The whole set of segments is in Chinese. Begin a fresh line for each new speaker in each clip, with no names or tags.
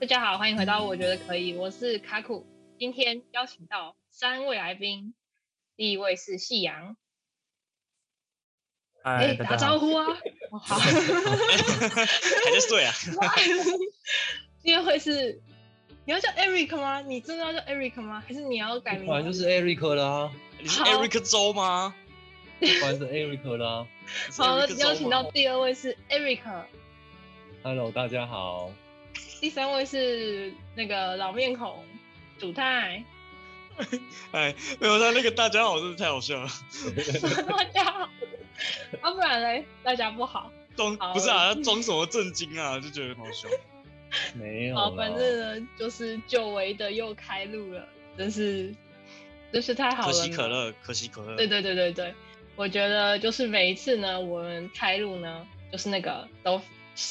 大家好，欢迎回到我觉得可以，我是卡库。今天邀请到三位来宾，第一位是夕阳，哎、
嗨，大
打
家好
招。呼啊！哦、好，
还在睡啊？
第二位是你要叫 Eric 吗？你真的要叫 Eric 吗？还是你要改名？
反正就是 Eric 啦，
你是
好
Eric 周吗？
反正是 Eric 哦啦。
你是
好，
Eric
邀
周
请
吗
到第二位是 Eric，
Hello，大家好。
第三位是那个老面孔主太。
哎，没有他那个大家好，真的太好笑了。
大家好， 要、不然嘞，大家不好。
装
好
不是啊，他装什么震惊啊？就觉得很好笑。
没有啦
好，反正呢，就是久违的又开路了，真是真是太 好了。
可喜可。乐，可喜可乐。
对对对对对，我觉得就是每一次呢，我们开路呢，就是那个都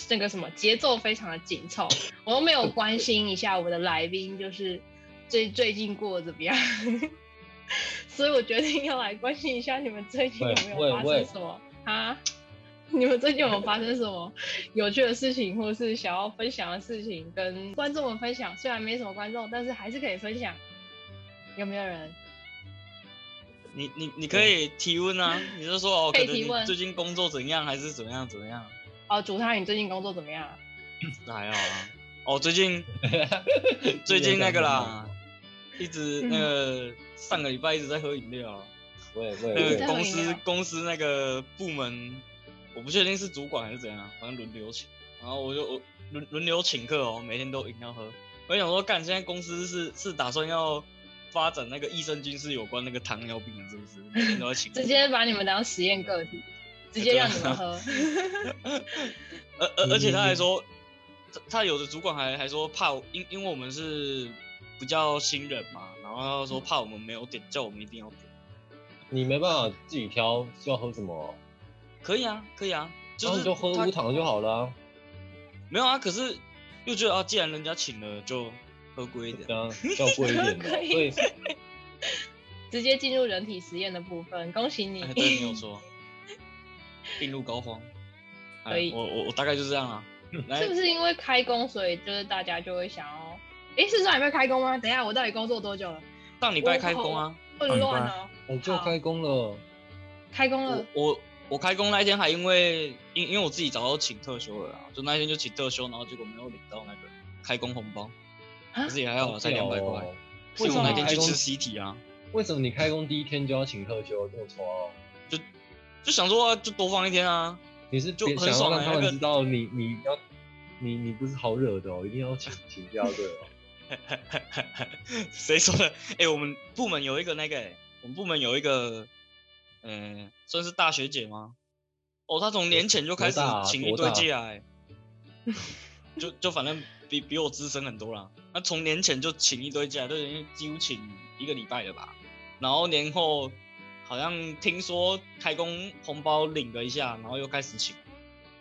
那个什么节奏非常的紧凑，我都没有关心一下我的来宾，就是最最近过得怎么样。 所以我决定要来关心一下你们最近有没
喂
有发
喂
生什么啊？ 你们最近有没有发生什么有趣的事情，或是想要分享的事情，跟观众们分享？虽然没什么观众，但是还是可以分享。有没有人？
你你你可以提问啊，你就说哦，
可
可
以
能
提问
你最近工作怎样，还是怎么样怎 么样？
哦，主太，你最近工作怎么样啊？
那还好啊。哦，最近最近那 个啦，一直
嗯
那个上个礼拜一直在喝饮料啊。
喂
那
喂
个
在喝
喂，
公
饮料
司公司那个部门，我不确定是主管还是怎样，反正轮流请。然后我就我轮轮流请客哦，每天都有饮料喝。我想说，干，现在公司是是打算要发展那个益生菌是有关那个糖尿病的，是不是？每天都要请 客。
直接把你们当实验个体，直接让你们 喝。
而而而且他还
嗯
说，他他有的主管还还说怕我，因因为我们是比较新人嘛，然后他说
嗯
怕我们没有点，叫我们一定要点。
你没办法自己挑要喝什么，
可以啊，可以啊，
然
就
后
是
你就喝
他
无糖就好啊啦。
没有啊，可是又觉得啊，既然人家请了，就喝贵一
这
点。
样 要贵一点的，
可
所
以
以
直接进入人体实验的部分，恭喜你！
哎，对，没有错，病入膏肓。哎
可以嗯
我我我大概就这样啊。来
是不，是因为开工，所以就是大家就会想要？哎，是上礼拜开工吗？等一下，我到底工作多久了？
上礼拜开工啊，
混乱哦，
我就开工了。
开工了
我，我我开工那一天还因为因因为我自己早就请特休了啊，就那一天就请特休，然后结果没有领到那个开工红包，
啊哦
可是也还好，才两百块。所
为
以
什
我
么
那天去
开工
吃习题啊，
哦为什么你开工第一天就要请喝酒这么丑哦？
就想说啊就多放一天啊。
你是
就
别想
很
要
爽
让
欸
他
那
们
个
知道你你要你你不是好惹的哦，一定要请请假的哦。
谁说的？哎、我们部门有一个那个、欸，我们部门有一个，嗯、算是大学姐吗？哦，她从年前就开始
多大啊
请一堆假、欸，就就反正比比我资深很多啦。那从年前就请一堆啊假，都已经几乎请一个礼拜了吧。然后年后好像听说开工红包领了一下，然后又开始请，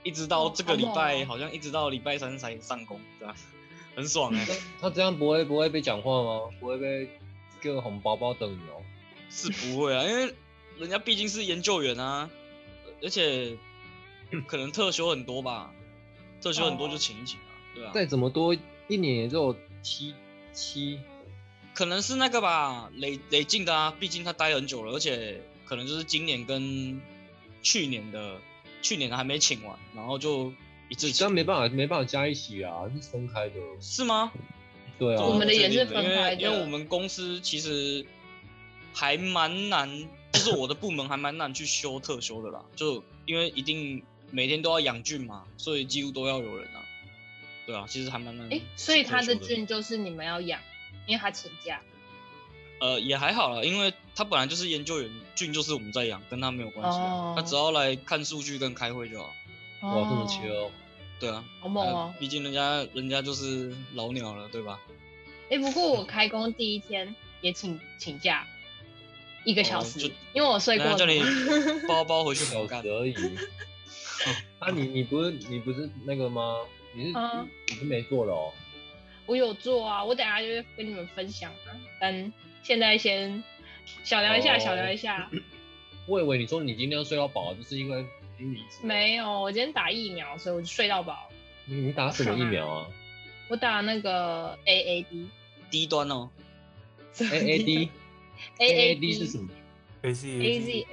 一直到这个礼
好猛
拜，
哦
好像一直到礼拜三才上工，这样很爽哎、
那他这样不会不会被讲话吗？不会被给个红包包等你哦？
是不会啊，因为人家毕竟是研究员啊，呃而且可能特休很多吧，特休很多就请一请啊，对啊，
再怎么多，一年也只有七七，
可能是那个吧，累累进的啊，毕竟他待很久了，而且可能就是今年跟去年的，去年的还没请完，然后就一致
这样
请，
没办法没办法加一起啊，是分开的。
是吗？
对啊，
我们的也是
这我不确定
分开
因
的
为因为我们公司其实还蛮难，就是我的部门还蛮难去休特休的啦，就因为一定每天都要养菌嘛，所以几乎都要有人啊。对啊，其实还蛮难。
哎，所以他的
的
菌就是你们要养，因为他请假。
呃也还好啦，因为他本来就是研究员，菌就是我们在养，跟他没有关系啊、
哦
他只要来看数据跟开会就好。
哇这么缺哦，
对啊，
好猛
呃
哦！
毕竟人家人家就是老鸟了，对吧？呃
哎、不过我开工第一天也请请假一个小
哦
时，
就
因为我睡过
人家
头。
叫你包包回去
小
好干
时。而已。
哦
啊，你你不是你不是那个吗？你是、
嗯
你是没做了哦。
我有做啊，我等下就会跟你们分享啊。但现在先小聊一下，
哦
小聊一下。
我以为你说你今天要睡到饱，就是因为已经离职。
没有，我今天打疫苗，所以我就睡到饱。
你，你打什么疫苗啊？
我打那个 AAD
低端哦，
A A D A D 是什么？
A C
A Z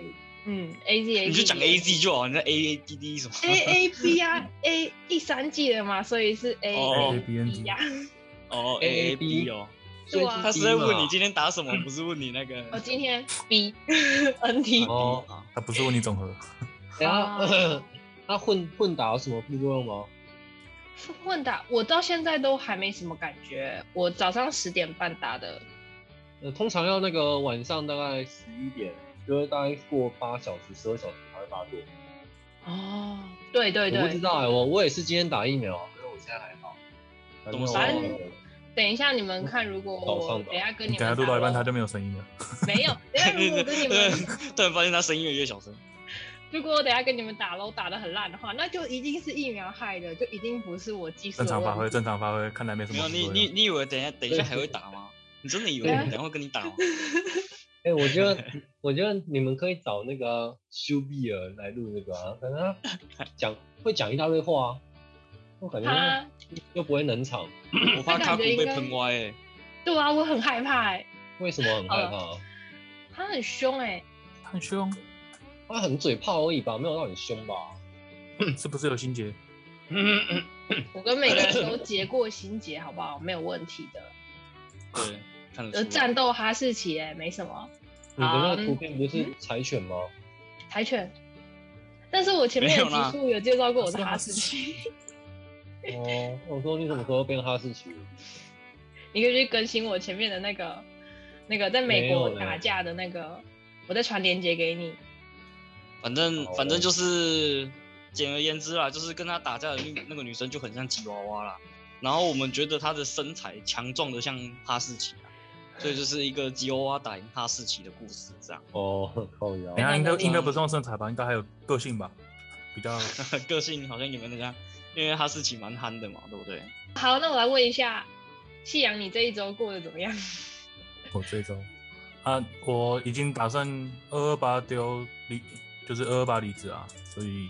嗯 A Z A，
你就讲 A Z 就好，你那 A A D D 什么？
A A B 啊 A 第三季了嘛，所以是 A
哦
A B 呀。
哦
A
A
A
A
D
D 哦，
对啊
他是在问你今天打什么，不是问你那个。
我今天 B N T
哦，
他不是问你总和，
然后哎他 混混打有什么副作用吗？
混打，我到现在都还没什么感觉。我早上十点半打的，
呃，通常要那个晚上大概十一点，就是大概过八小时、十二小时才会发作。
哦，对对
我不知
对，
道哎、我我也是今天打疫苗，啊可是我现在还好。反正我
怎么
说等一下你们看，如果
早上
我
的
等一下跟
你
你们
等下录到一半他就
打
没有声音了。
咯没 有，等一下如果我跟你们
突然发现他声音越来越小声。
如果我等一下跟你们打喽打的很烂的话，那就一定是疫苗害的，就一定不是我技术
正
的
常发挥，
问题。
正常发挥，看来没什
没
么
有
副作
你
用。
你你以为等一下等一下还会打吗？你真的以为
对啊
等一下会跟你打吗？
哎、我觉得 我觉得你们可以找那个修比尔来录这个啊，反正 他讲会讲一大堆话啊，我感觉
他
又不会冷场，
我怕卡古被喷歪哎、
对啊，我很害怕哎、
为什么很害怕啊？
他很凶哎、
很凶，
啊他很嘴炮而已吧，没有到很凶吧？
是不是有心结？
我跟每个人都结过心结，好不好？没有问题的。
对，看
呃，
得出来
战。斗哈士奇哎、没什么。
你的那
啊
个
嗯
图片不是柴犬 吗？
柴犬。但是我前面的
没有啦
集数有介绍过 我的哈士奇，
哦，我说你怎么时候变哈士奇？
你可以去更新我前面的那个那个在美国打架的那个，我再传链接给你。
反正
好
反正就是，简而言之啦，就是跟他打架的那那个女生就很像吉娃娃啦。然后我们觉得她的身材强壮的像哈士奇啊，所以就是一个吉娃娃打赢哈士奇的故事这样。
哦，靠
等
腰
一。下应该应该不
嗯
是用身材吧，应该还有个性吧，比 较
个性好像也没人家，因为哈士奇蛮憨的嘛，对不对？
好，那我来问一下，夕阳，你这一周过得怎么样？
我这周啊，我已经打算二二八丢离，就是二二八离职啊，所以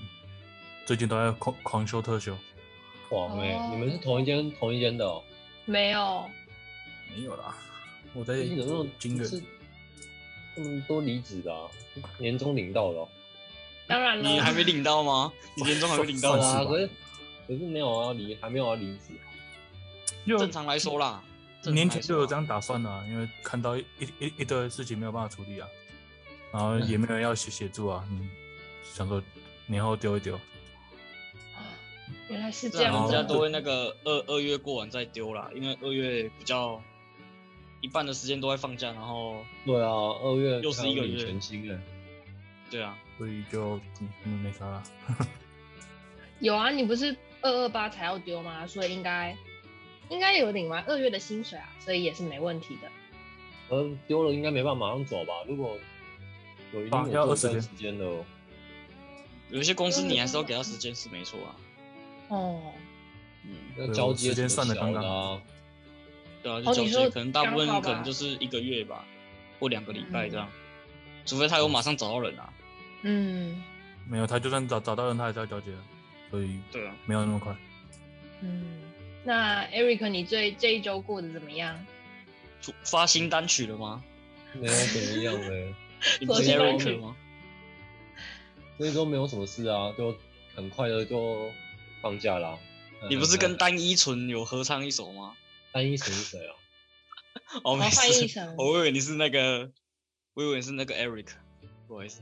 最近都在狂狂修特修。
哇妹，
哦
你们是同一间同一间的哦？
没有，
没有啦，我在
你怎么
金
那
源
么是这么多离职的啊？年终领到的哦？
当然
你还
了，
没领到 吗？你年终还没领到
算
对
吗？
是
啊，
吧
可是可是没有要离，还没有要离职。
就
正常来说啦，正常来说啦
年前就有这样打算了、啊因为看到一一一一堆事情没有办法处理啊，然后
嗯
也没有人要写协助啊，嗯，想说年后丢一丢，
原来是
是
这
啊
样
人
子
家
的。
都会那个二二月过完再丢啦，因为二月比较一半的时间都在放假，然后
对啊，二月
又是一个
还有
月
领全薪哎。
对啊，
所以就嗯嗯没啥了。
有啊，你不是二二八才要丢吗？所以应该应该有领完二月的薪水啊，所以也是没问题的。
嗯，丢了应该没办法马上走吧？如果有一定
啊
有
要
作
20
战
天
时间的哦，
有一些公司你还是要给他时间是没错啊，
哦，
嗯，
要
对
交
我
接
时间
什
算
么
得
小
刚
的
刚
啊。
对啊，
哦
就交
你说
接可能大部分
刚好吧
可能就是一个月吧，或两个礼拜这样，除非他有马上找到人啊，
嗯
没有，他就算找找到人，他也是要交接的，所以
对啊，
没有那么快。
嗯，那 Eric，你最这一周过得怎么样？
出发新单曲 了吗？
没有怎么样嘞，
你不是
发新单
Eric
曲
吗？
所以说没有什么事啊，就很快的就放假啦。
嗯
你不是跟
单
单依纯有合唱一首吗？
单一谁是谁啊？
哦，
我
没
要翻译
事，
成
我以为你是那个，我以为你是那个 Eric，不好意思。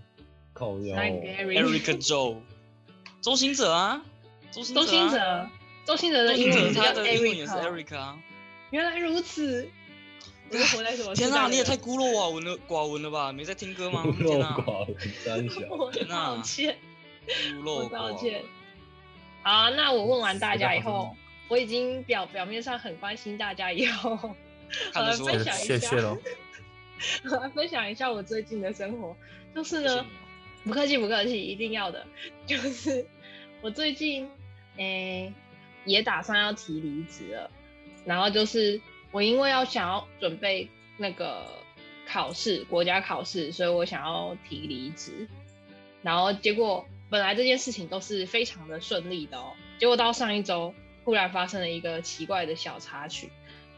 靠腰哦。
那个 Eric，
Eric Joe，周星哲啊，周星
周星
哲
哲
啊，，
周星哲
周
的
星
英
哲
文叫
他的英文也
Eric，
是
哦
Eric 啊。
原来如此，我是活在什么时代
天
的人？
啊，你也太孤陋寡闻了，寡闻了吧？没在听歌吗？
孤
天
陋
啊，
寡闻，三小。
我
天啊
抱歉，
孤
我
陋寡
抱
闻
歉。。好，那我问完大
时代
家以
好多
后，我已经表表面上很关心大家以后，
看得出来
分享一下
谢谢 喽，
我来分享一下我最近的生活，就是
谢谢
呢
你，啊
不客气不客气，一定要的， 就是我最近诶、也打算要提离职了，然后就是我因为要想要准备那个考试，国家考试，所以我想要提离职，然后结果本来这件事情都是非常的顺利的哦，结果到上一周突然发生了一个奇怪的小插曲，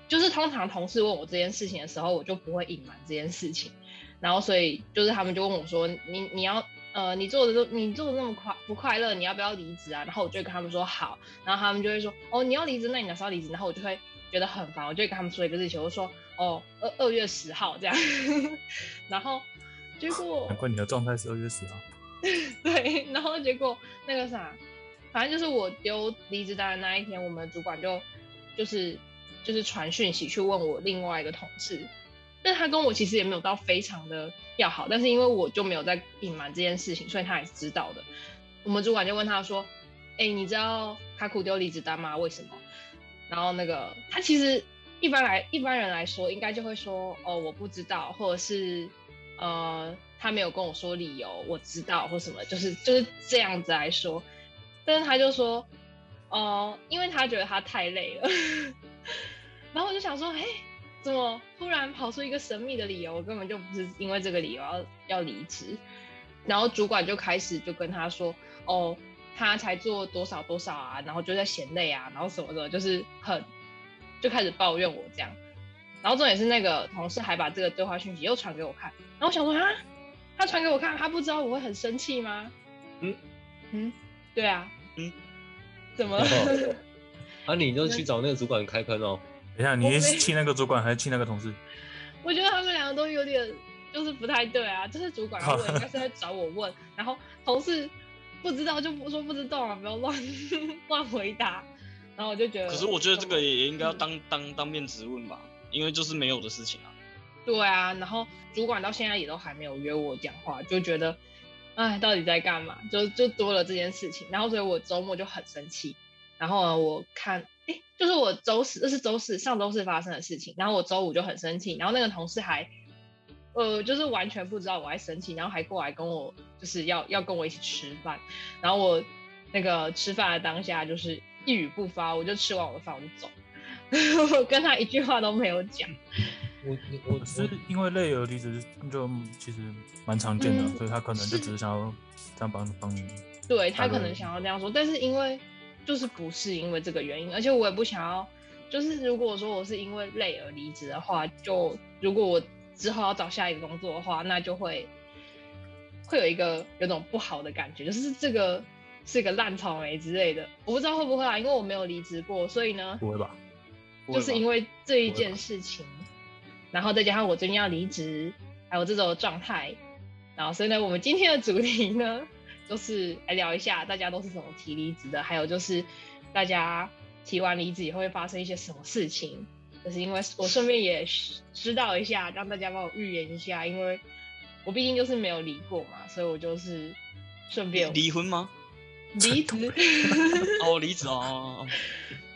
就是通常同事问我这件事情的时候，我就不会隐瞒这件事情，然后所以就是他们就问我说，你你要呃你做的都你做的那么快不快乐，你要不要离职啊？然后我就会跟他们说好，然后他们就会说哦你要离职，那你哪时候离职？然后我就会觉得很烦，我就会跟他们说一个日期，我就说哦二二月十号这样， 然后结果
难怪你的状态是二月十号。
对，然后结果那个啥，反正就是我丢离职单的那一天，我们的主管就就是就是传讯息去问我另外一个同事，但他跟我其实也没有到非常的要好，但是因为我就没有在隐瞒这件事情，所以他也是知道的。我们主管就问他说：“哎、你知道卡库丢离职单吗？为什么？”然后那个他其实一般来一般人来说，应该就会说：“哦，我不知道，或者是呃，他没有跟我说理由，我知道或什么，就是就是这样子来说。”但是他就说：“哦、因为他觉得他太累了。” 然后我就想说：“哎、怎么突然跑出一个神秘的理由？我根本就不是因为这个理由要要离职。”然后主管就开始就跟他说：“哦，他才做多少多少啊，然后就在嫌累啊，然后什么的，就是很就开始抱怨我这样。然后重点是那个同事还把这个对话讯息又传给我看，然后我想说啊，他传给我看，他不知道我会很生气吗？
嗯
嗯，对啊，
嗯，
怎么
然
了？
后啊，你就去找那个主管开喷哦。
等一下，
我
你
没
是气那个主管还是气那个同事？
我觉得他们两个都有点就是不太对啊，就是主管问，应 该是在找我问，然后同事不知道就不说不知道啊，不要乱 乱回答。然后我就觉得，
可是我觉得这
怎
个
么
也也应该要当当当面质问吧，因为就是没有的事情啊。
对啊，然后主管到现在也都还没有约我讲话，就觉得，哎，到底在干嘛？就就多了这件事情，然后所以我周末就很生气。然后呢，我看，哎，就是我周四，这是周四，上周四发生的事情。然后我周五就很生气，然后那个同事还，呃，就是完全不知道我在生气，然后还过来跟我，就是要要跟我一起吃饭。然后我那个吃饭的当下就是一语不发，我就吃完我的饭我就走， 我跟他一句话都没有讲。
我我
可
我
是因为累而离职，就其实蛮常见的啊，
嗯
所以他可能就只是想要这样帮帮你。
对他
大
可
概
能想要这样说，但是因为就是不是因为这个原因，而且我也不想要，就是如果说我是因为累而离职的话，就如果我之后要找下一个工作的话，那就会会有一个有种不好的感觉，就是这个是个烂草莓之类的，我不知道会不会啊，因为我没有离职过，所以呢，
不会吧？
就是因
为
为这一件事情，然后再加上我最近要离职，还有这种状态，然后所以呢，我们今天的主题呢，就是来聊一下大家都是怎么提离职的，还有就是大家提完离职以后会发生一些什么事情。就是因为我顺便也知道一下，让大家帮我预言一下，因为我毕竟就是没有离过嘛，所以我就是顺便
离婚吗？
离职。
哦，离职哦哦，哦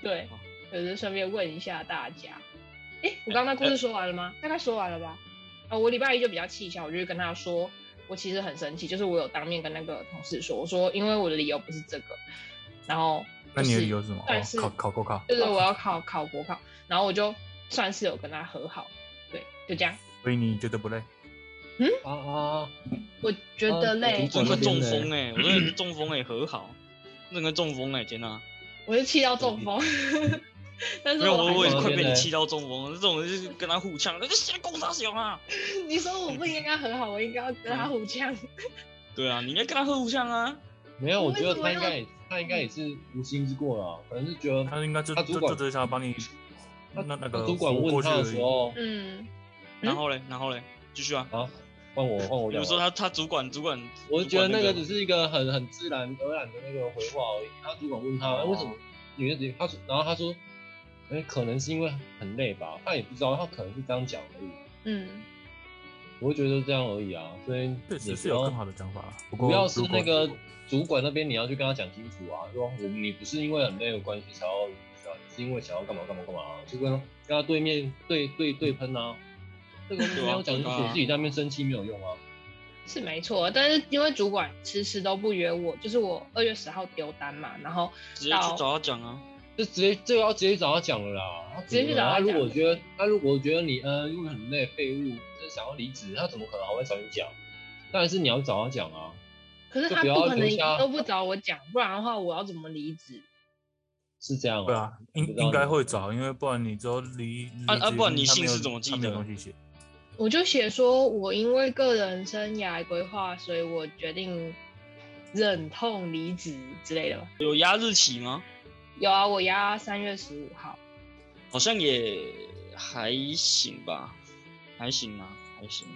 对
好，
就是顺便问一下大家。哎、我刚刚故事说完了吗？大概说完了吧？啊、我礼拜一就比较气一下，我就跟他说，我其实很生气，就是我有当面跟那个同事说，我说因为我的理由不是这个，然后、
那
就是、
你的理由是什么？哦
算是，
考考国考，
就是我要考考国考，然后我就算是有跟他和好，对，就这样。
所以你觉得不累？
啊啊，
我觉得
哦
累
你
我，
主管
真的快
那边
中
呢
风哎、我真的中风哎、和好，我整个中风哎、天哪、
我是气到中风， 但
没
是
有
我还
我我也
是
是
快被
觉
你
得
气到中风了，这种人就是跟他互呛，那就先攻他小啊。
你说我不应该和好，我应该要跟他互呛。
对啊，你应该跟他互呛啊。
没有，
我
我
为
觉得
什么
他应
要
该也他应该也是无心之过了，反正是觉得
他应该就
他
就
主
就
管
只是想要帮你那那个
主管
扶
问
过去
他的
而
时
已。
候
嗯，
然后嘞，然后嘞，继续啊。
啊，换我换我
比
讲完。
如说他他主管主管，
啊我就觉得
主管
那个
那
只是一个很很自然而然的那个回话而已。他主管问他、哎为什么你的他说，然后他说，哎、可能是因为很累吧，他也不知道，他可能是这样讲而已。
嗯，
我会觉得这样而已啊，所以
确实
也不
是有
要
更好的讲法啊，不过
不要是
如果
那个主管那边你要去跟他讲清楚啊，说我你不是因为很累的关系才要离职啊，你是因为想要干嘛干嘛干嘛、啊，就跟跟他对面对对对喷啊，这个没有讲清
对啊
楚，自己在那边生气没有用啊。
是没错，但是因为主管迟迟都不约我，就是我二月十号丢单嘛，然后
直接去找他讲啊。
就直接这个要直接找他讲了啦。他
直接去找他
他
讲
如果觉得他如果觉得你呃因为很累废物，就是想要离职，他怎么可能还会找你讲？当然是你要找他讲啊。
可是他
就
不
不要
可
留
能
下
都不找我讲，不然的话我要怎么离职？
是这样哦、
对啊，应
不知道
应该
你
会找，因为不然你之后离
啊啊不然
离职
你姓
他没有
氏怎么记
他没有
得
东西写，
我就写说，我因为个人生涯规划，所以我决定忍痛离职之类的吧。
有压日期吗？
有啊，我压三月十五号，
好像也还行吧，还行啊，还行。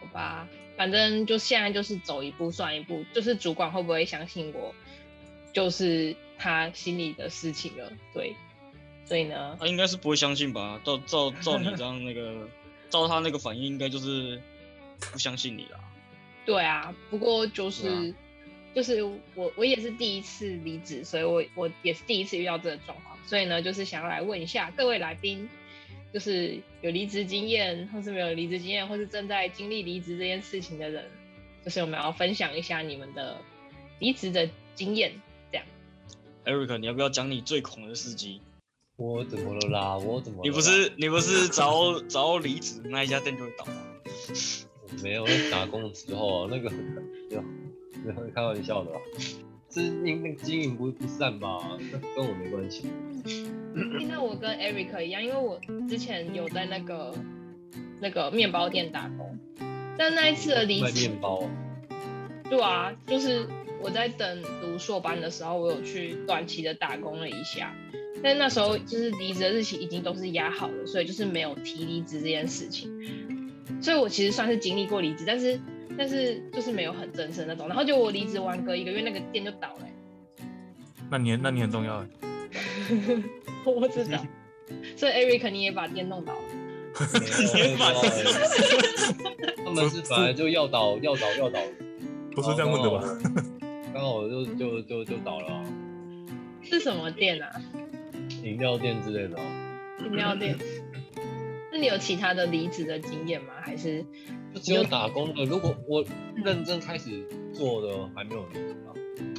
好吧，反正就现在就是走一步算一步，就是主管会不会相信我，就是他心里的事情了。对，所以呢，
啊他应该是不会相信吧？照照照你这样那个，照他那个反应，应该就是不相信你啦。
对啊，不过就是、
对
就是我我也是第一次离职，所以我我也是第一次遇到这个状况，所以呢，就是想要来问一下各位来宾，就是有离职经验，或是没有离职经验，或是正在经历离职这件事情的人，就是我们要分享一下你们的离职的经验。
Eric，你要不要讲你最恐的事迹？
我怎么了啦？我怎么了啦？
你不是你不是只要只要离职那一家店就会倒吗？
我没有那打工的时候、啊那个没有 没有开玩笑的啦，是那那个经营不不善吧？那跟我没关系。
那嗯我跟 Eric 一样，因为我之前有在那个那个面包店打工，但那一次的离
卖
职
面包 啊，
对啊，就是我在等读硕班的时候，我有去短期的打工了一下，但那时候就是离职的日期已经都是压好了，所以就是没有提离职这件事情。所以我其实算是经历过离职，但是但是就是没有很真实的那种。然后就我离职完隔一个月，那个店就倒了、欸
那你那你很重要欸，
我不知 道。所以 Eric 你也把店弄倒了，
没有那个他们是本来就要倒要倒要倒，
不是这样问的吧？
吧？刚好就就就就倒了啊、
是什么店啊？
饮料店之类的、啊，
饮料 店。那你有其他的离职的经验吗？还是
就只有打工的。如果我认真开始做的，还没有离职啊，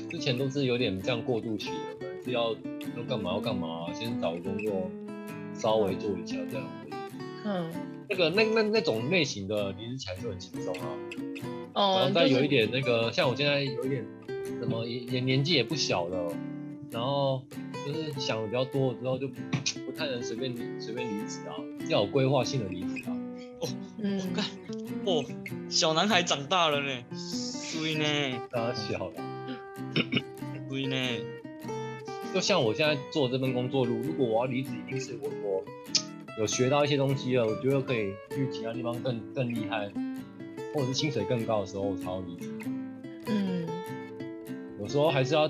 之前都是有点这样过渡期的，可能是要要干嘛要干嘛、啊先找个工作，稍微做一下这样子。
嗯
那个那那那种类型的离职起来就很轻松啊，然
哦
后，再有一点那个，像我现在有一点什么也也年纪也不小了，然后就是想的比较多之后就不太能随便离随便离职啊，要有规划性的离职啊。
就是、嗯。
哦，小男孩长大了呢，对呢，
大家小了，
对呢。
就像我现在做这份工作，如如果我要离职，一定是我我有学到一些东西了，我觉得可以去其他地方更更厉害，或者是薪水更高的时候我才要离职。
嗯
有时候还是要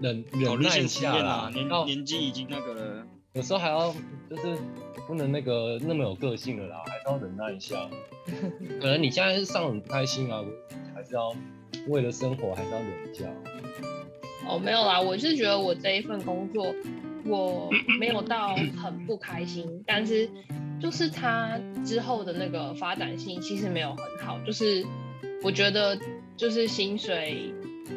忍
考
忍
虑
耐一
现实
下
面
啦
啦，，啊年
到
年纪已经那个了，
有时候还要就是不能那个那么有个性了啦，还是要忍耐一下。可能你现在上很不开心啊，还是要为了生活还是要忍一下。，啊
哦，没有啦，我是觉得我这一份工作，我没有到很不开心，但是就是它之后的那个发展性其实没有很好，就是我觉得就是薪水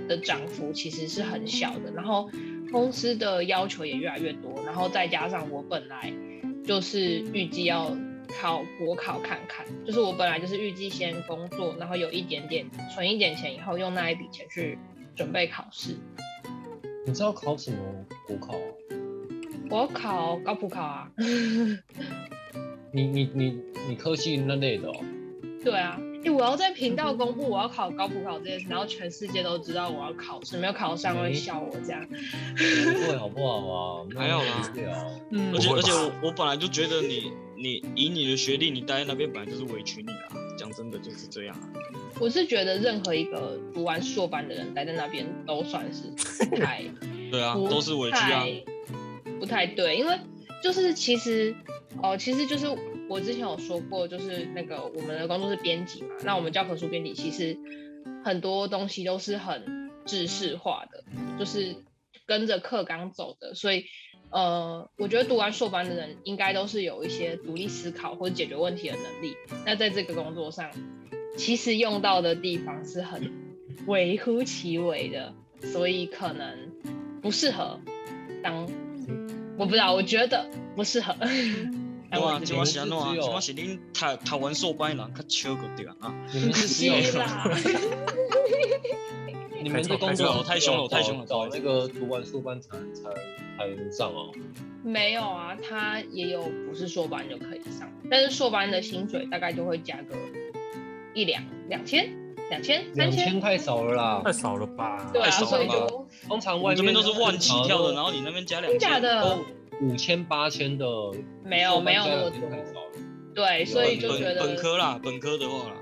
的涨幅其实是很小的，然后公司的要求也越来越多，然后再加上我本来就是预计要。考国考看看，就是我本来就是预计先工作，然后有一点点存一点钱，以后用那一笔钱去准备考试。
你知道考什么国考啊、
我要考高普考啊，
你你你你科系那类的、哦，
对啊，诶，我要在频道公布我要考高普考这件事，然后全世界都知道我要考试，没有考上会笑我这样。
不哎会好不好啊？
还好啦
对啊，
嗯
而且
不
而
会吧
且我我本来就觉得你你以你的学历，你待在那边本来就是委屈你啊，讲真的就是这样啊。
我是觉得任何一个读完硕班的人待在那边都算是不太
对啊，
不
都是委屈啊。
太不太对，因为就是其实哦、其实就是我之前有说过，就是那个我们的工作是编辑嘛，那我们教科书编辑其实很多东西都是很制式化的，就是跟着课纲走的，所以。呃，我觉得读完硕班的人应该都是有一些独立思考或解决问题的能力。那在这个工作上，其实用到的地方是很微乎其微的，所以可能不适合当。我不知道，我觉得不适合。
对啊，
这
今
边
晚是安怎啊？
只有
今晚是恁读读完硕班的人较少个对啊啊。
你们是只有
是啦，
你们这工
太
作
凶
了太凶了太凶了
找找那个读完书班才才才能上哦。
没有啊，他也有不是硕班就可以上，但是硕班的薪水大概就会加个一两两千、两千、三
两千太少了啦
太，少了 吧？
对啊，
太少了
所以
吧
就
通常
我
外
们
面
这边都是万起跳的，然
后
后你那边加两
真假
千，哦
的
五千八千的，
没有没有那么多，
太少了。
对，所以
哦本
就觉
本
得
本科啦，本科的话啦，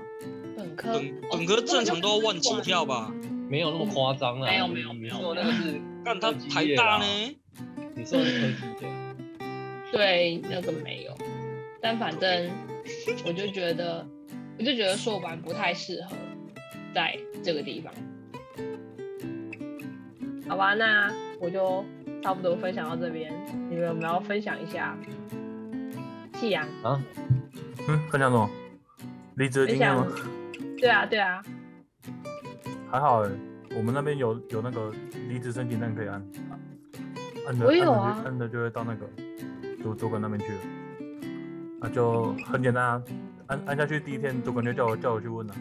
本科哦
本本科正常都要万起跳吧？
没有那么夸张啦。
没有没有没有
你说那个是，
但他台大呢？
啊你说的是科技的，
对，那个没有。但反正我就觉得，我就觉得硕班不太适合在这个地方。好吧，那我就差不多分享到这边。你们有没有分享一下夕阳？
嗯，分享什么？离职的
分
经验吗
享？？对啊，对啊，
还好哎、我们那边有有那个离职申请单可以按，按的
我有啊
按的就会到那个主主管那边去了。啊，就很简单啊，按按下去第一天，主管就叫我叫我去问了、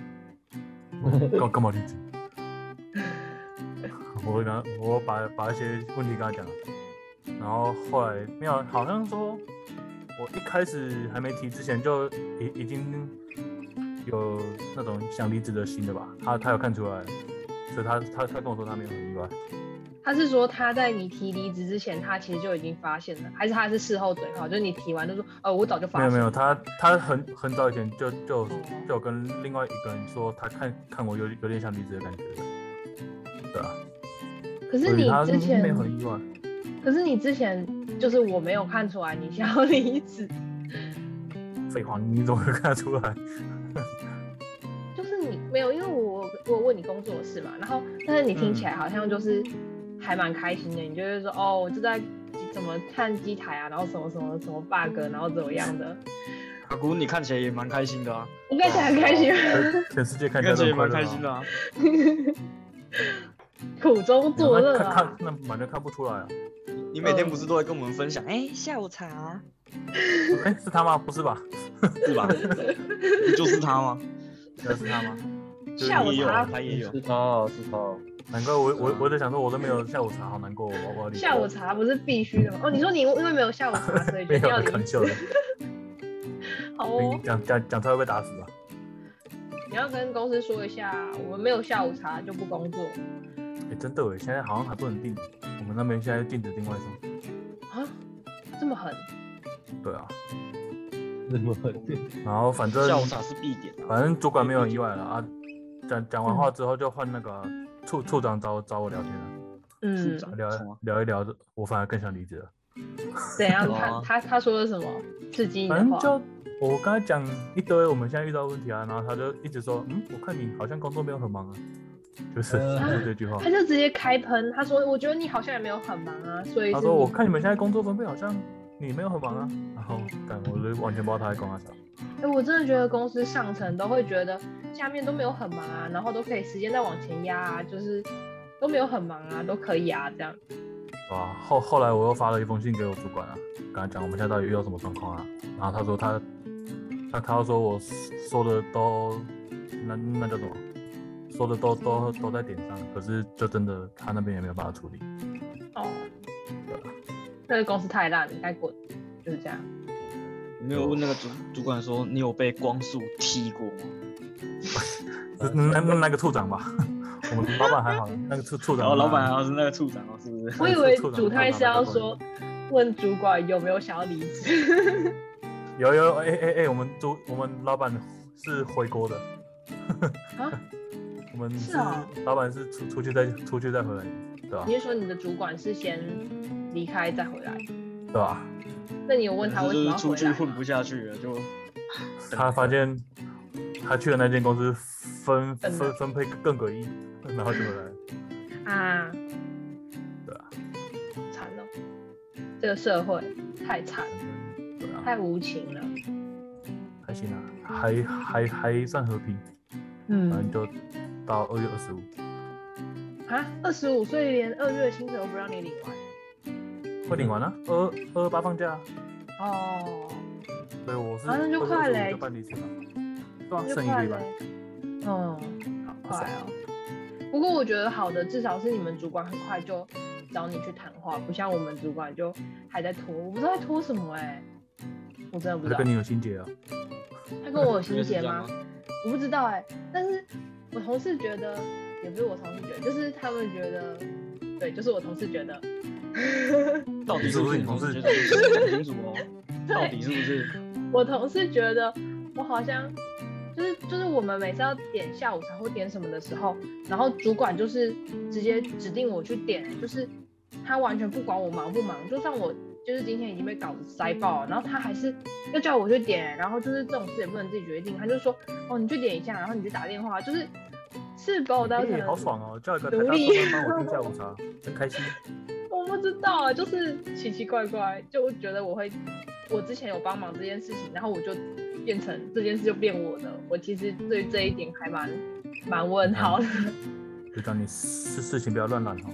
干干嘛离职？我会跟他，我把把一些问题跟他讲，然后后来没有，好像说我一开始还没提之前就已已经有那种想离职的心的吧，他他有看出来，所以他他他跟我说他没有很意外，
他是说他在你提离职之前，他其实就已经发现了，还是他是事后嘴炮？就是你提完就说，哦，我早就发
没
现了。
有没有，他他很很早以前就
哦
就就有跟另外一个人说他看看我有有点想离职的感觉，对啊，
可是
所
你
以他
之前
没有很意外。
可是你之前就是我没有看出来你想要 离职，
废话，你怎么会看得出来？
就是你没有，因为我我问你工作的事嘛，然后但是你听
嗯
起来好像就是还蛮开心的，你就会说哦，我就在怎么看机台啊，然后什么什么什么 bug，然后怎么样的，
阿姑，你看起来也蛮开心的啊，
我看起来很开心，
全全世界看起来都很快乐啊。
啊。
苦中作乐
看看
啊，
那反正看不出来啊。
你
每天不是
都会跟我们分享，哎，
下午茶。
啊
哎，是他吗？不是吧？
是吧？不就是 他吗？
那是他吗？就是
下午
你也有
茶
啊，他也有。
是他哦，是他哦。
难怪我我我在想说，我都没有下午茶，好难过，我我要离开
下午茶不是必须的吗？哦，你说你因为没有下午茶，所以 决
没
定要
有
离
开玩
职
笑，的，
好哦。
哎讲讲讲出来会被打死吧？
你要跟公司说一下，我们没有下午茶就不工作
哎，真的哎，现在好像还不能订，我们那边现在禁止订外送。
啊，这么狠。
对啊，
怎么会？
然后反正
下午茶是必点啊。
反正主管没有很意外了啊。讲讲完话之后，就换那个处处长找我找我聊天了，
嗯，
聊
什么
聊一聊，我反而更想离职了。
怎样？他
哇
他他说的什么刺激你
反
的
正
话？
就我跟他讲一堆我们现在遇到的问题啊，然后他就一直说，嗯，我看你好像工作没有很忙啊，就是、
呃
就是这句话
他。就直接开喷，他说：“我觉得你好像也没有很忙啊，所以是
他
你
说我看你们现在工作分配好像你没有很忙啊，然后但我就完全不知道他在讲啥。
哎、我真的觉得公司上层都会觉得下面都没有很忙啊，然后都可以时间再往前压啊，就是都没有很忙啊，都可以啊，这样。
啊，后后来我又发了一封信给我主管啊，跟他讲我们现在到底遇到什么状况啊，然后他说他他他又说我说的都那那叫什么，说的都都都在点上，可是就真的他那边也没有办法处理。
哦，这个公司太烂了，你该滚，就是这样。
你没有问那个主主管说，你有被光速踢过吗？
是那那那个处长吧， 我们老板还好，那个处处
然
长，
后哦老板好像是那个处长哦，是不是？
我以为主太是要说问主管有没有想要离职，
有有哎哎哎，我们主我们老板是回国的，
啊
我们
是哦
老板是出出去再出去再回来，对吧、
你是说你的主管是先离开再回来？
对吧、
那你有问他为
就
什么
是
要
出
回
去
来
混
吗
不？下去了，就
他发现他去的那间公司分
笨了
分分配更诡异，然后就回来了，
啊，
对啊，
惨了，这个社会太惨，
对啊，
太无情了。
还行啊，还还还算和平，反正
嗯
就到二月二十五，
啊，二十五岁连二月薪水都不让你领完
快领完了、二二二八放假啊、
哦，
所以我是
啊那就
2月
快
25
嘞
就办离职了，对啊，
那就
剩一个
快
礼
了
拜。。
嗯，好快哦。不过我觉得好的，至少是你们主管很快就找你去谈话，不像我们主管就还在拖，我不知道在拖什么哎、我真的不
他
知道
跟。你有心结啊？
他跟我有心
是这
结
样
吗？？我不知道哎、但是我同事觉得，也不是我同事觉得，就是他们觉得，对，就是我同事觉得，
到底
你是不是你同事
觉得你先讲清楚 哦，到底是不是？
我同事觉得我好像就是就是我们每次要点下午茶或点什么的时候，然后主管就是直接指定我去点，就是他完全不管我忙不忙，就算我就是今天已经被稿子塞爆了，然后他还是要叫我去点，然后就是这种事也不能自己决定，他就说哦你去点一下，然后你去打电话，就是是把我当成、
欸好爽哦，叫一个台
奴
大
隶
工人帮我订下午茶，很开心。
我不知道啊，就是奇奇怪怪，就我觉得我会，我之前有帮忙这件事情，然后我就变成这件事就变我的，我其实对这一点还蛮蛮问号的，
就叫你事事情不要乱揽哦。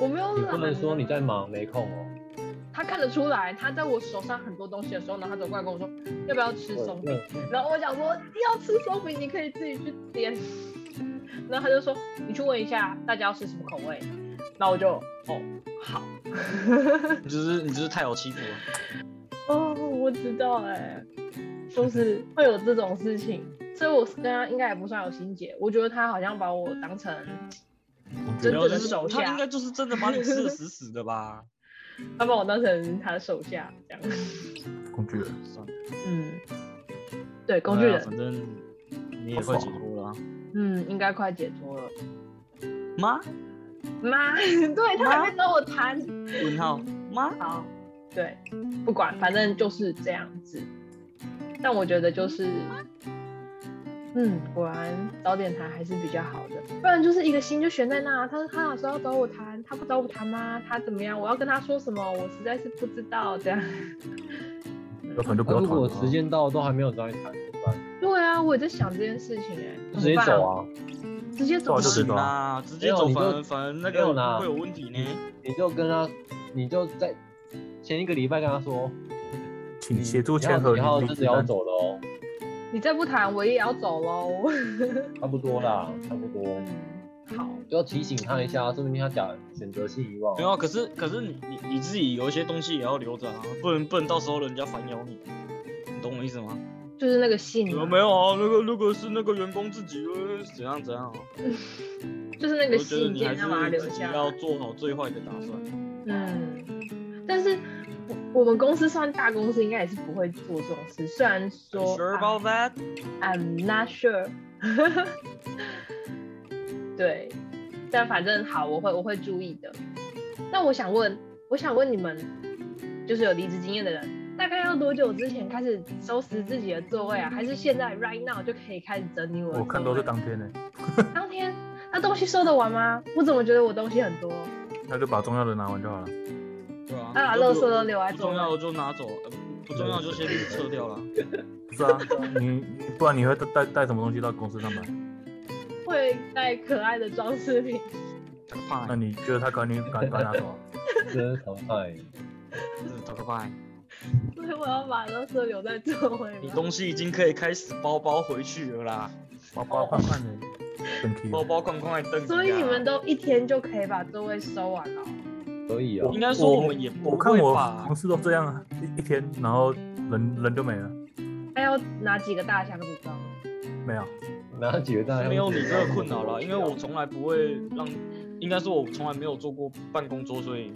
我没有
你
懒
不能说你在忙没空哦。
他看得出来，他在我手上很多东西的时候，然后他走过来跟我说要不要吃松饼，然后我想说要吃松饼，你可以自己去点， 然后他就说你去问一下大家要吃什么口味，然后我就哦好，
你就是你就是太好欺负了。
哦，我知道哎、就是会有这种事情，所以我跟他应该也不算有心结。我觉得他好像把我当成真正
没有，
的
就是
手
他
下
应，该就是真的把你吃的死死的 吧？
他把我当成他的手下这样。
工具人，
算了，
嗯，对，工具
对啊
人，
反正你也快解脱了啊。
嗯，应该快解脱了。
妈？
妈， 对他还在跟我谈。
问号？妈？
好，对，不管，反正就是这样子。但我觉得就是，嗯，果然早点谈还是比较好的，不然就是一个心就悬在那。啊他他老师要找我谈，他不找我谈吗？他怎么样？我要跟他说什么？我实在是不知道。这样，
有团就不
那啊
要
如
团
果
了
时
哦。
间到都还没有找你谈，怎么办？
对啊，我也在想这件事情哎、
就直接
怎么办
走，啊！
直接走
走
吗
啊就直
行啦，直
接走
接
没有
走
你
反
就
而反而那
没有
个
啦
会有问题呢。
你就跟他，你就在前一个礼拜跟他说，
请协助
你
签合
以后
履
真
历
的
清
要
单。
走了哦，
你再不谈，我也要走 喽。
差不多啦，差不多。
好，
就要提醒他一下，说不定他假选择性遗忘。
没有啊，可是可是你你你自己有一些东西也要留着啊，不能不能到时候人家反咬你，你懂我意思吗？
就是那个信
有
嘛，
没有啊？那个如果是那个员工自己呃怎样怎样啊，
就是那
我
个
觉得
信
你还
件
是
要把它留
自己
下来。
要做好最坏的打算。
嗯，但是我我们公司算大公司，应该也是不会做这种事。虽然说啊
Sure about that？
I'm not sure，对，但反正好，我会我会注意的。那我想问，我想问你们，就是有离职经验的人，大概要多久之前开始收拾自己的座位啊？还是现在 right now 就可以开始整理我的座位？
我看都是当天呢，
当天，那东西收得完吗？我怎么觉得我东西很多？
哦
那就把重要的拿完就好了。
对啊，
啊，
就
垃
不
圾都留在
不
桌
重
上
要的就拿走，呃不重要就先撤掉了。
不是啊，你你不然你会带带什么东西到公司上班？
会带可爱的装饰品。
打个派
那，你觉得他赶紧赶赶拿走啊？
真的淘汰。
嗯打个派。
所以我要把垃圾留在座位吗。
你东西已经可以开始包包回去了啦，
包包看看的，很皮。
包包框框还凳子啊。
所以你们都一天就可以把座位收完了哦。
所以啊
应，该说我们也不
我看我
会吧
同？事都这样啊，一一天，然后人人就没了，
还要拿几个大箱子装？
没有。
拿几个大
没有你这个困扰了，因 为我从来不会让，应该说我从来没有做过办公桌，所以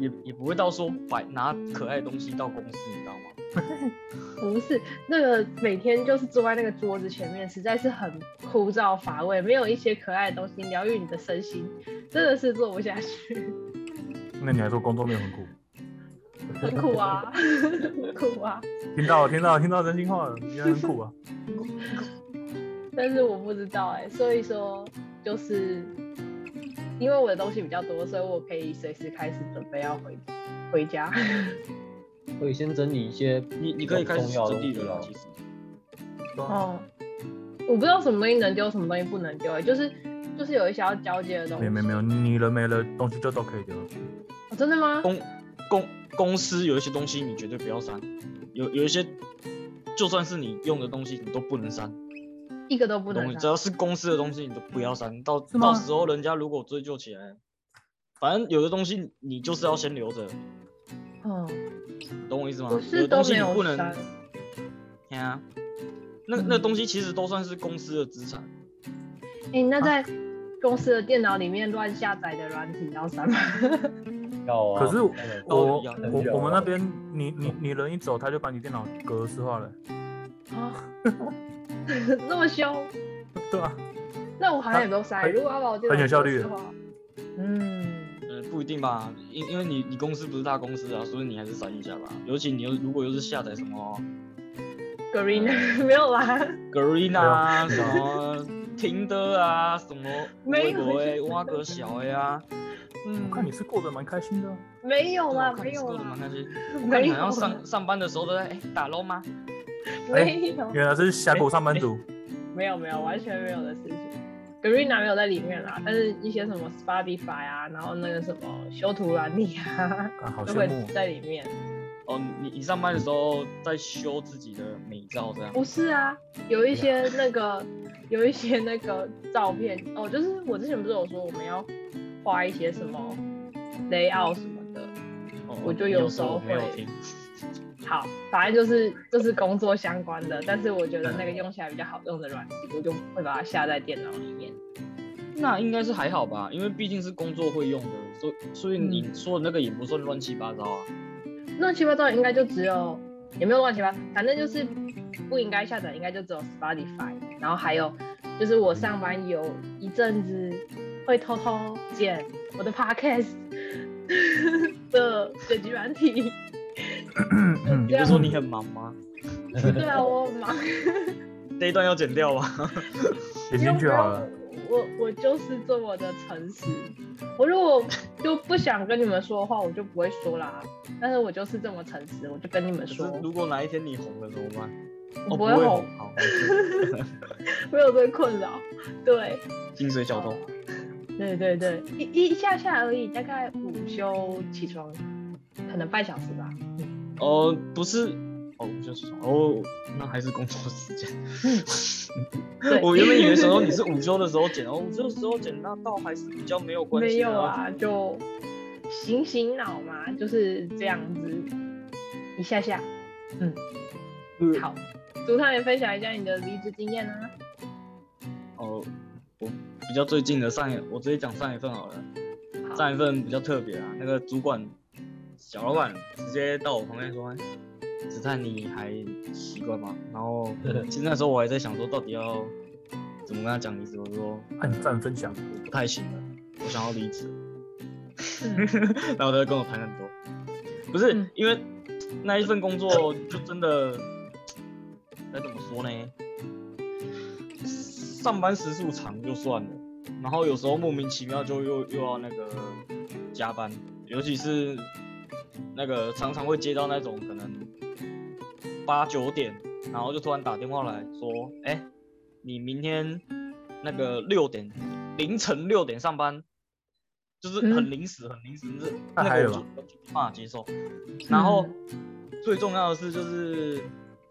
也也不会到说摆拿可爱的东西到公司，你知道吗？
不是，那个每天就是坐在那个桌子前面，实在是很枯燥乏味，没有一些可爱的东西疗愈你的身心，真的是做不下去，
那你还说工作没有很苦？
很苦啊， 很苦啊。
听到了听到了听到真心话了，你很苦啊。
但是我不知道哎、所以说就是因为我的东西比较多，所以我可以随时开始准备要回回家。
可以先整理一些，
你你可以开始
重要的
整理
东西
了
啊
啦，其实。
对啊
哦，我不知道什么东西能丢，什么东西不能丢、欸，就是就是有一些要交接的东西。
没没没有，你人没了，东西就都可以丢了。
哦真的吗？
公公公司有一些东西你绝对不要删，有有一些就算是你用的东西你都不能删，
一个都不
懂
能啊
吗？只
删。
要是公司的东西你都不要删，到
是吗
到时候人家如果追究起来，反正有的东西你就是要先留着，
嗯，
懂我意
啊
思吗
不？
有
是
的
都
东西
没
你
有
不能，
删，
哎呀、那那
嗯
东西其实都算是公司的资产。
哎、
啊
那在公司的电脑里面乱下载的软体要删吗？
要啊。
可是
当然
都
我
一样
我
都
我
一
们
样
那边，你你你人一走，他就把你电脑格式化了。
啊，那么凶？
对啊，
那我好像也不用删，欸
很
如果要把我电脑
很有效率
的话，嗯，
呃，不一定吧，因因为你你公司不是大公司啊，所以你还是删一下吧。尤其你又如果又是下载什么
Green 没有啦，
Green 啊，什么 Tinder 啊，什么
没有
国哎、挖个小 A 啊，嗯
我看你是过得蛮开心的啊。
没有啦，
我看
没
你是
有
过得蛮
啦，
开心。我看
没
你
有
好
啦
像，上上班的时候都在哎打 l 吗？
哎
没有，
原来是峡谷上班族，
没有没有，完全没有的事情。Garena 没有在里面啦，但是一些什么 Spotify 啊，然后那个什么修图软体啊，
啊，好
都
羡
会
慕哦。
在里面。
哦，你你上班的时候在修自己的美照这样？
不是啊，有一些那个，有一些那个照片哦，就是我之前不是有说我们要画一些什么 layout 什么的，
哦
我就
你
有
有
时候
说我没有
会
听。
好，反正就是就是工作相关的，但是我觉得那个用起来比较好用的软体，我就会把它下在电脑里面。
那应该是还好吧，因为毕竟是工作会用的，所以所以
嗯
你说的那个也不算乱七八糟啊。
乱七八糟应该就只有，也没有乱七八糟，反正就是不应该下载，应该就只有 Spotify，然后还有就是我上班有一阵子会偷偷剪我的 Podcast 的剪辑软体，
嗯
你不是说你很忙吗？
对啊，我忙，
这一段要剪掉吗？
点进去好了。
我我就是这么的诚实，我如果就不想跟你们说的话，我就不会说啦。但是我就是这么诚实，我就跟你们
可是
说，
如果哪一天你红了怎么办？
我不
哦，不
会红，
红，好，
没有这个困扰。对，
薪水小偷。嗯
对对对，一一下下而已，大概午休起床，可能半小时 吧。
哦，不是，哦，就是哦，那还是工作时间。
对
我原本以为想说你是午休的时候剪，哦，午休的时候剪，那倒还是比较没有关
没
系、
有啊，就醒醒脑嘛，就是这样子，一下下。嗯，
嗯
好，主唱也分享一下你的离职经验啊。
哦，我比较最近的上一，我直接讲上一份好了。
好
上一份比较特别啊，那个主管小老板直接到我旁边说：“子探，你还习惯吗？”然后其实那时候我还在想说，到底要怎么跟他讲离职。我说
按赞分享，
我不太行了，我想要离职。
嗯
然后他就跟我谈很多，不是、
嗯
因为那一份工作就真的该怎么说呢？上班时数长就算了，然后有时候莫名其妙就又又要那个加班，尤其是那个常常会接到那种可能八九点，然后就突然打电话来说，哎、你明天那个六点凌晨六点上班，就是很
嗯
临时很临时，是
那
那
还
个
有
我就
吗
我就没办法接受。然后最重要的是就是。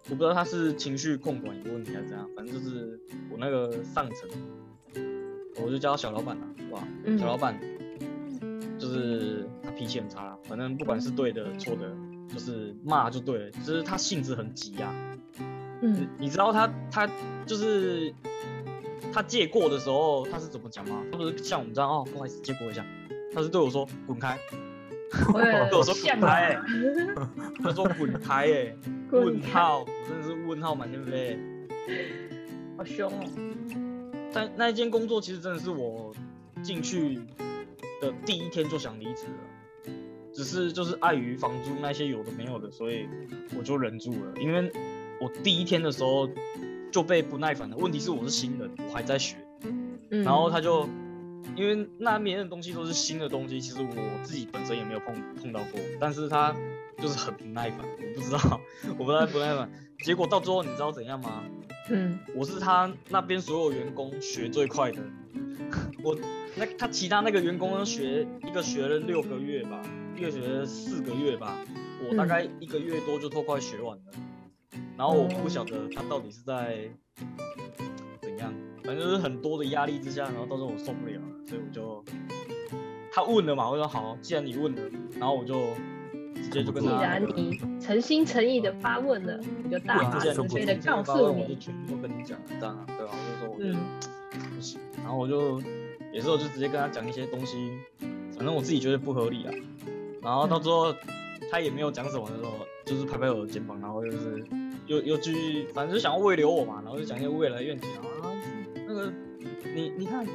我不知道他是情绪控管有问题还是怎样，反正就是我那个上层，我就叫他小老板啦，啊哇，
嗯
小老板就是他脾气很差啦，反正不管是对的错的，就是骂就对了，就是他性子很急啊。
嗯
你知道他他就是他借过的时候他是怎么讲吗？他不是像我们这样哦，不好意思借过一下，他是对我说滚开，
我也
对我说
像
滚
啊
开、欸，他说滚开哎、
滚
问
开
号，我真的是问号满天飞欸、
好凶哦。
但那一间工作其实真的是我进去的第一天就想离职了，只是就是碍于房租那些有的没有的，所以我就忍住了。因为我第一天的时候就被不耐烦了。问题是我是新人，我还在学，
嗯，
然后他就因为那边的东西都是新的东西，其实我自己本身也没有碰碰到过，但是他就是很不耐烦，我不知道， 我不太不耐烦。结果到最后你知道怎样吗？
嗯
我是他那边所有员工学最快的， 我那他其他那个员工呢学一个学了六个月吧，一个学了四个月吧，我大概一个月多就都快学完了，然后我不晓得他到底是在怎样，反正就是很多的压力之下，然后到时候我受不了了，所以我就他问了嘛，我说好，既然你问了，然后我就直接就跟
既
他
然你诚心诚意的发问了，我就大
哇
发
这
慈悲的
得
告诉
我就
你，嗯
全部都跟你讲了，这样啊，对啊，我就说我觉得不行，然后我就有时候就直接跟他讲一些东西，反正我自己觉得不合理啊，然后到
嗯
最后他也没有讲什么的时候，就是拍拍我的肩膀，然后就是又又继续，反正就想要慰留我嘛，然后就讲一些未来愿景啊，那个你你看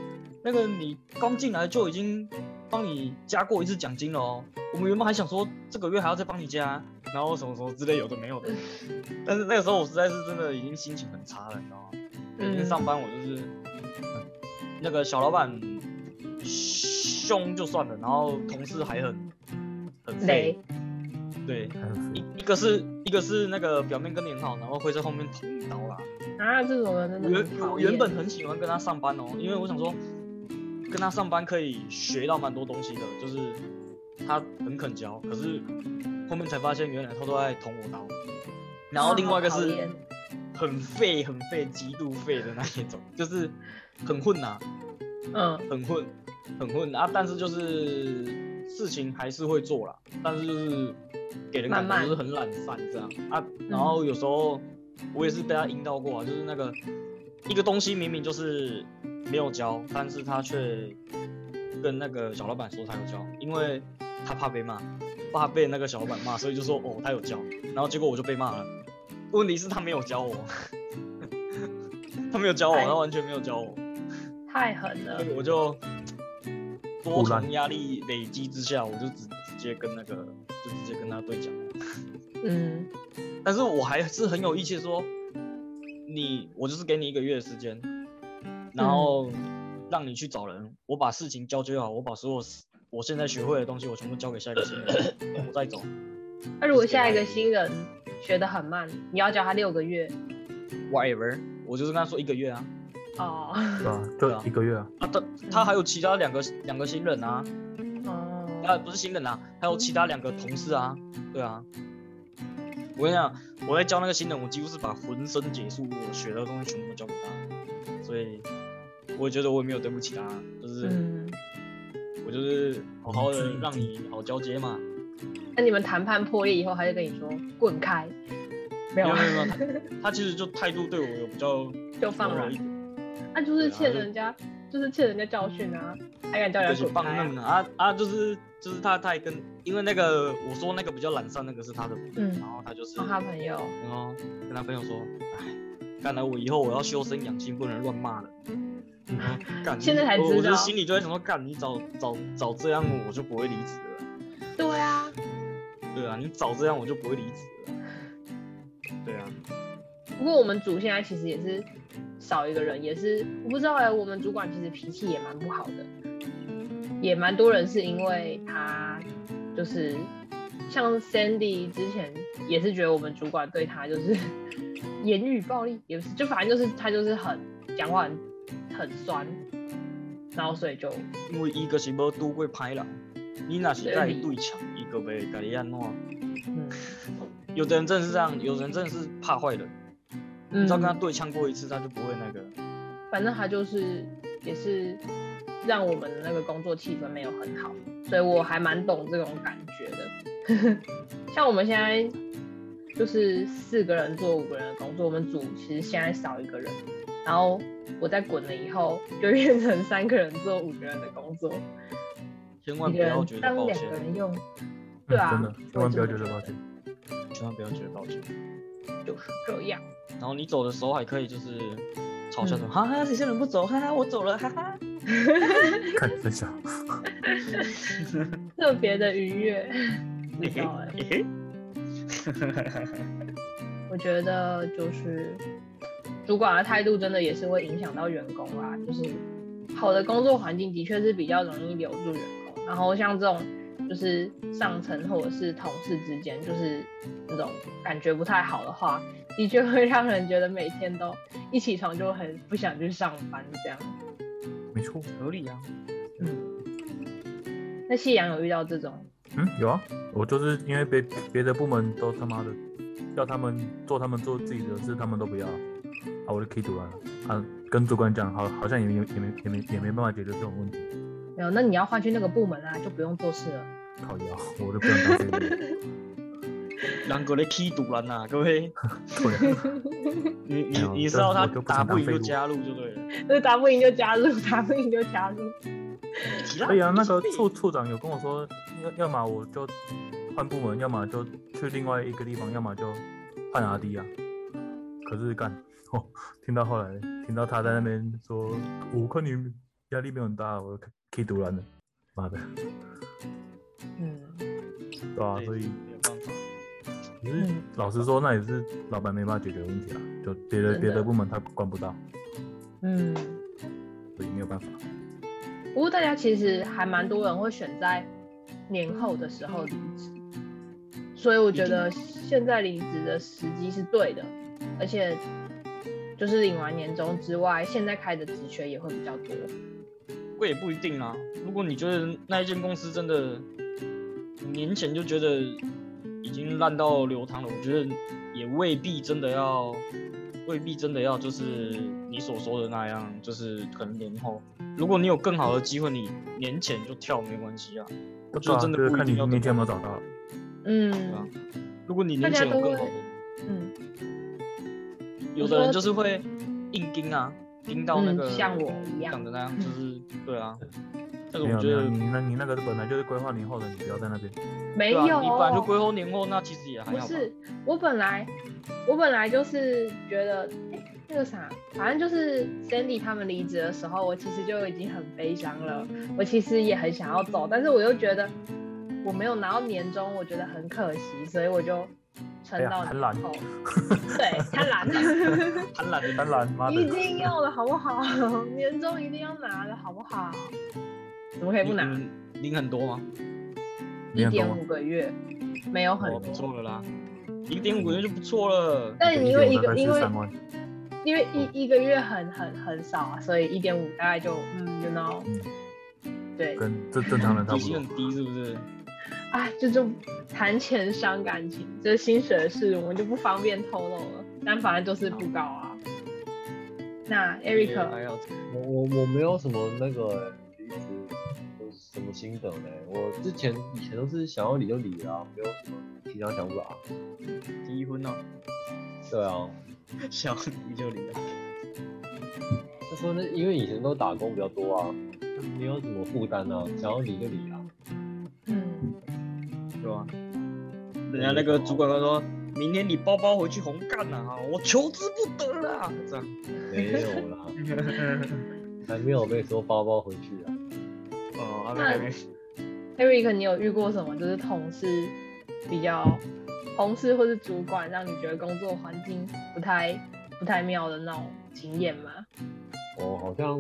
那个你刚进来就已经帮你加过一次奖金了哦，我们原本还想说这个月还要再帮你加，然后什么什么之类有的没有的，但是那个时候我实在是真的已经心情很差了，你知道吗？每天
嗯
上班我就是、那个小老板凶就算了，然后同事还很很
雷
废，对，一一个是一个是那个表面跟你很好，然后会在后面捅你刀啦。
啊，这种人真的
原
很讨
我
厌
原本很喜欢跟他上班哦，因为我想说，跟他上班可以学到蛮多东西的，就是他很肯教，可是后面才发现原来他都在捅我刀。然后另外一个
好
是
讨厌
很废、很废、极度废的那一种，就是很混啊呐、
嗯
很混，很混啊。但是就是事情还是会做啦，但是就是给人感
慢慢嗯
觉就是很懒散这样啊。然后有时候我也是被他引导过啊，就是那个一个东西明明就是没有教，但是他却跟那个小老板说他有教，因为他怕被骂，怕被那个小老板骂，所以就说哦他有教，然后结果我就被骂了。问题是他没有教我， 他没有教我，
哎
他完全没有教我。
太狠了
所以，我就多重压力累积之下，我就直直接跟那个，就直接跟他对讲。
嗯
但是我还是很有义气地说，你我就是给你一个月的时间，然后让你去找人，我把事情交接好，我把所有我现在学会的东西，我全部交给下一个新人，我再走。
那如果下一个新人学得很慢，你要教他六个月
Whatever，我就是跟他说一个月啊，
哦。
对吧？
对
就
啊
一个月啊，
啊他他还有其他两个两个新人啊，啊，
哦，
不是新人啊，还有其他两个同事啊，对啊。我跟你讲，我在教那个新人，我几乎是把浑身解数我学的东西全部都教给他，所以我也觉得我也没有对不起他，就是、
嗯，
我就是好好的让你好交接嘛。
那你们谈判破裂以后，他就跟你说滚开，没
没
有
有
啊
没，有没有，他他其实就态度对我有比较
就放
柔
软
一，点，
那就是
啊
欠人家，就是欠人家教训啊，还敢叫
而
人家
且
滚
放
开啊？
任啊啊啊，就是就是他他也跟因为那个我说那个比较懒散那个是他的朋友，
嗯
然后他就是、
帮他朋友，
然后跟他朋友说，哎，看来我以后我要修身养性，不能乱骂了。 然后干，
现在才
我
知
我就
道
心里就在想说，干你早早早这样我就不会离职了，
对啊，
对啊，你早这样我就不会离职了，对啊，
不过我们组现在其实也是少一个人，也是我不知道哎、我们主管其实脾气也蛮不好的，也蛮多人是因为他就是像 Sandy 之前也是觉得我们主管对他就是 言语暴力，也不是就反正就是他就是很讲话很很酸，然后所以就
因为伊个是要拄过歹人，你若是在对抢，伊个袂甲你安怎。
嗯
有的人真的是这样，有的人真的是怕坏人，你
嗯
只要跟他对呛过一次，他就不会那个。
反正他就是也是让我们的那个工作气氛没有很好，所以我还蛮懂这种感觉的。 像我们现在就是四个人做五个人的工作，我们组其实现在少一个人，然后我在滚了以后就变成三个人做五个人的工作，
千万
一
不
个
要
人
觉得
当
抱
两
歉
个，人用，
嗯
对啊
真的，千万不要觉得抱歉。
千万不要觉得抱歉。
就是这样。
然后你走的时候还可以就是嘲笑说，哈哈，这些人不走，哈哈，我走了，哈哈。
看真相，
特别的愉 悦。不知道哎、我觉得就是主管的态度真的也是会影响到员工啦，就是好的工作环境的确是比较容易留住员工，然后像这种。就是上层或者是同事之间，就是那种感觉不太好的话，的确会让人觉得每天都一起床就很不想去上班这样。
没错。
合理啊。
那夕阳有遇到这种
嗯，有啊，我就是因为别别的部门都他妈的要他们做他们做自己的事，他们都不要，啊，我就 K 读完了，啊，跟主管讲，好，好像也没也没也没也没办法解决这种问题，
没有，那你要换去那个部门啊，就不用做事了。
靠腰，啊我都不想当这个人。
人格的踢赌人呐、各位，
对啊，
你你
没有
你
这
知道他
我就不
打
想
不
当
赢
废
就
物
加入就对了。
就是打不赢就加入，打不赢就加入。
所以啊，那个处处长有跟我说，要要么我就换部门，要么就去另外一个地方，要么就换阿迪啊。可是干， 哦，听到后来听到他在那边说，我看你压力没有很大，我可以读完了，妈的，
嗯，
对啊，所以
没有办法。
可是
嗯
老实说，那也是老板没办法解决的问题啦，就别
真
的
的
别的部门他管不到，
嗯，
所以没有办法。
不过大家其实还蛮多人会选在年后的时候离职，所以我
嗯
觉得现在离职的时机是对的，而且就是领完年终之外，现在开的职缺也会比较多。
不过也不一定啊。如果你觉得那一间公司真的年前就觉得已经烂到流汤了，我觉得也未必真的要，未必真的要就是你所说的那样，就是可能年后，如果你有更好的机会，你年前就跳没关系啊。我觉
对
得
啊
真的
就是
不一
看你
定要
那天有没有
等
找
到
到。
啊
嗯
如果你年前有更
大
好
家
的
都，嗯，
有的人就是会硬盯啊，盯到那个、
嗯像我一样嗯
讲的那样，就是对啊。但是
没
我
有没
觉
有，
得
你那你那个本来就是规划年后的，你不要在那边。
没
对
有，哦
啊，你本来就归后年后，那其实也还
不
好吧。
是，我本来我本来就是觉得，哎、那个啥，反正就是 Sandy 他们离职的时候，我其实就已经很悲伤了，我其实也很想要走，但是我又觉得我没有拿到年终，我觉得很可惜，所以我就撑到
哎呀
年
贪婪
后。对，贪婪，
贪婪的
贪婪， 妈
一
的，
定要的好不好？ 年终一定要拿的好不好？怎么可以不拿？
领领很多吗？啊
你
一
很多啊
点
吗
五个月，没有很
哦，不
多。
错了啦，零点五个月就不错了。
但因为一
我大
个
概
因为
13万
因为一一个月很很很少啊，所以一点五大概就嗯，you know，对，
跟正正常人差
底
不
薪
多
很。低是不是？
哎，这就谈钱伤感情，这是薪水的事我们就不方便透露了，但反正就是不高啊。那
也
Eric，
还好，
我我我没有什么那个离职有什么心得呢？我之前以前都是想要离就离啦、没有什么其他想法。啊
离婚哦，
对啊，
想离就离啊。
他说那因为以前都打工比较多啊，没有什么负担啊，想要离就离啊。
嗯，
对吧？人家那个主管他说，明天你包包回去红干了啊，我求之不得啦，这样。
没有啦，还没有被说包包回去啊。
哦，阿
那
妹，
Eric，你有遇过什么就是同事比较同事或是主管让你觉得工作环境不太不太妙的那种经验吗？
我哦好像，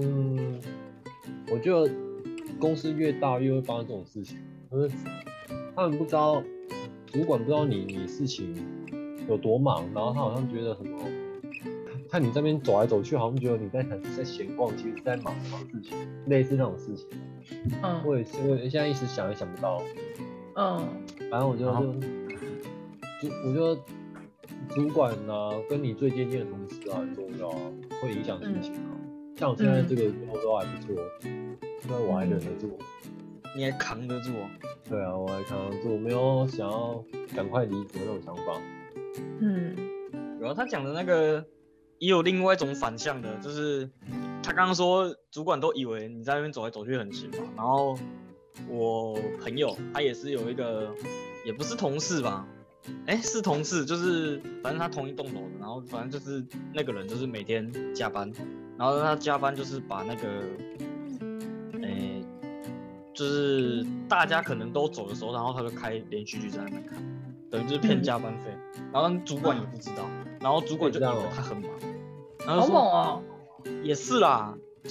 我觉得公司越大越会发生这种事情，就是他们不知道主管不知道你你事情有多忙，然后他好像觉得什么，看你这边走来走去，好像觉得你在在闲逛，其实是在忙什么事情，类似那种事情。
嗯
我也是，我现在一时想也想不到，
嗯
反正我就
好
就就我就主管呢、跟你最接近的同事啊很重要啊，会影响心情啊。
嗯
像我现在这个工作还不错，因为我还忍得住，
嗯你还扛得住哦？
对啊，我还扛得住，没有想要赶快离职的那种想法。
嗯
然后啊他讲的那个也有另外一种反向的，就是他刚刚说主管都以为你在那边走来走去很闲嘛，然后我朋友他也是有一个，也不是同事吧。哎，是同事，就是反正他同一栋楼的，然后反正就是那个人就是每天加班，然后他加班就是把那个，哎，就是大家可能都走的时候，然后他就开连续剧在那边看，等于就是骗
嗯
加班费。然后主管也不知道，然后主管就以为他很忙，然后
好猛
就说
哦，
也是啦，就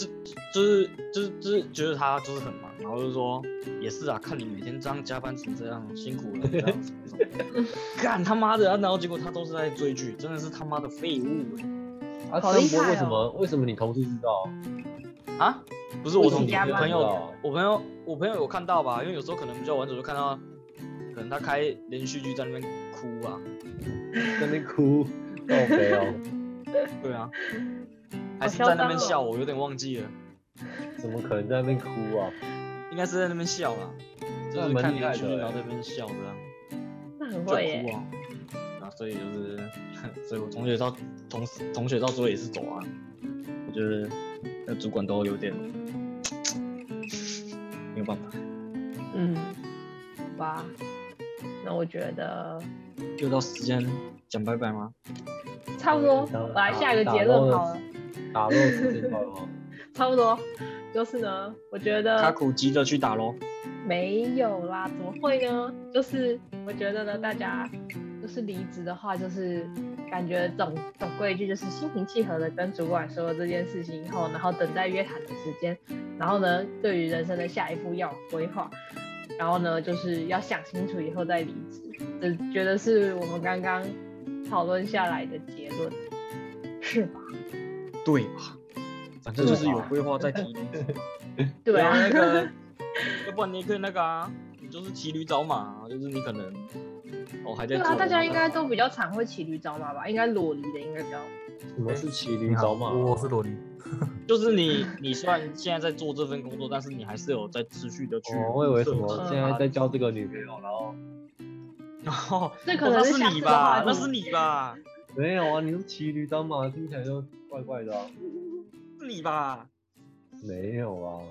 就是就是就是觉得他就是很忙，然后就说也是啊，看你每天这样加班成这样，辛苦了，这样 什么什么，干他妈的、啊，然后结果他都是在追剧，真的是他妈的废物欸
啊，
好
这
厉
样
害
为什
哦
么、为什么你同事知道？
啊！不是我从
你加班
我朋友
知道，啊
我朋友我朋友有看到吧，因为有时候可能比较晚走就看到，可能他开连续剧在那边哭啊，
在那边哭，好悲哦，
对啊，还是
好嚣
在
张
那边
哦
笑，我有点忘记了。
怎么可能在那边哭啊？
应该是在那边笑啦，就
那
是
蛮
看
厉
连
害
续
的
然后
欸
在那边笑这样，
那很
就
会耶
哭，啊。然后所以就是，所以我同学到同同学到最后也是走啊，我觉得那主管都有点没有办法，
嗯，好吧，那我觉得
又到时间讲拜拜吗？
差不多，我 来下一个结论好了，
打肉时间到了 吗？
差不多，就是呢，我觉
卡
得
苦急着去打咯。
没有啦，怎么会呢？就是我觉得呢，大家就是离职的话，就是感觉总总归一句，就是心平气和的跟主管说这件事情以后，然后等待约谈的时间，然后呢，对于人生的下一步要有规划，然后呢，就是要想清楚以后再离职。这觉得是我们刚刚讨论下来的结论， 是吧？
对吧？反正就是有规划再提 离职嘛。
对啊
啊，，那个，要不然你也可以那个啊，你就是骑驴找马啊，就是你可能哦还在
对
做。
啊，大家应该都比较常会骑驴找马吧？应该裸离的应该比较。
什么是麒
你
麟
好，
找马？
我是萝莉。
就是你，你虽然现在在做这份工作，但是你还是有在持续的去。
哦，我以为什么
嗯
现在在交这个女朋友，然后
哦，
那可
哦
能
那
是下
是
次
你
的话
吧
题，
那是你吧，
没有啊，你是骑驴找马，听起来就怪怪的、啊。
是你吧？
没有啊，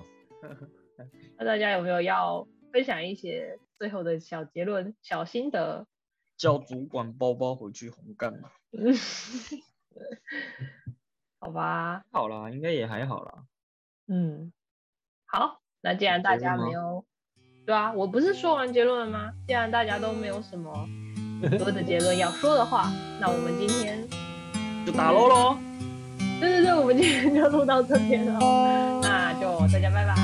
那大家有没有要分享一些最后的小结论、小心得？
叫主管包包回去红干嘛？
嗯好吧，
好啦，应该也还好啦。
嗯，好，那既然大家没有，对啊，我不是说完结论了吗？既然大家都没有什么多的结论要说的话，那我们今天，
就打喽喽，
对对对，我们今天就录到这边了，那就大家拜拜。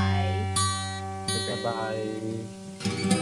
拜拜。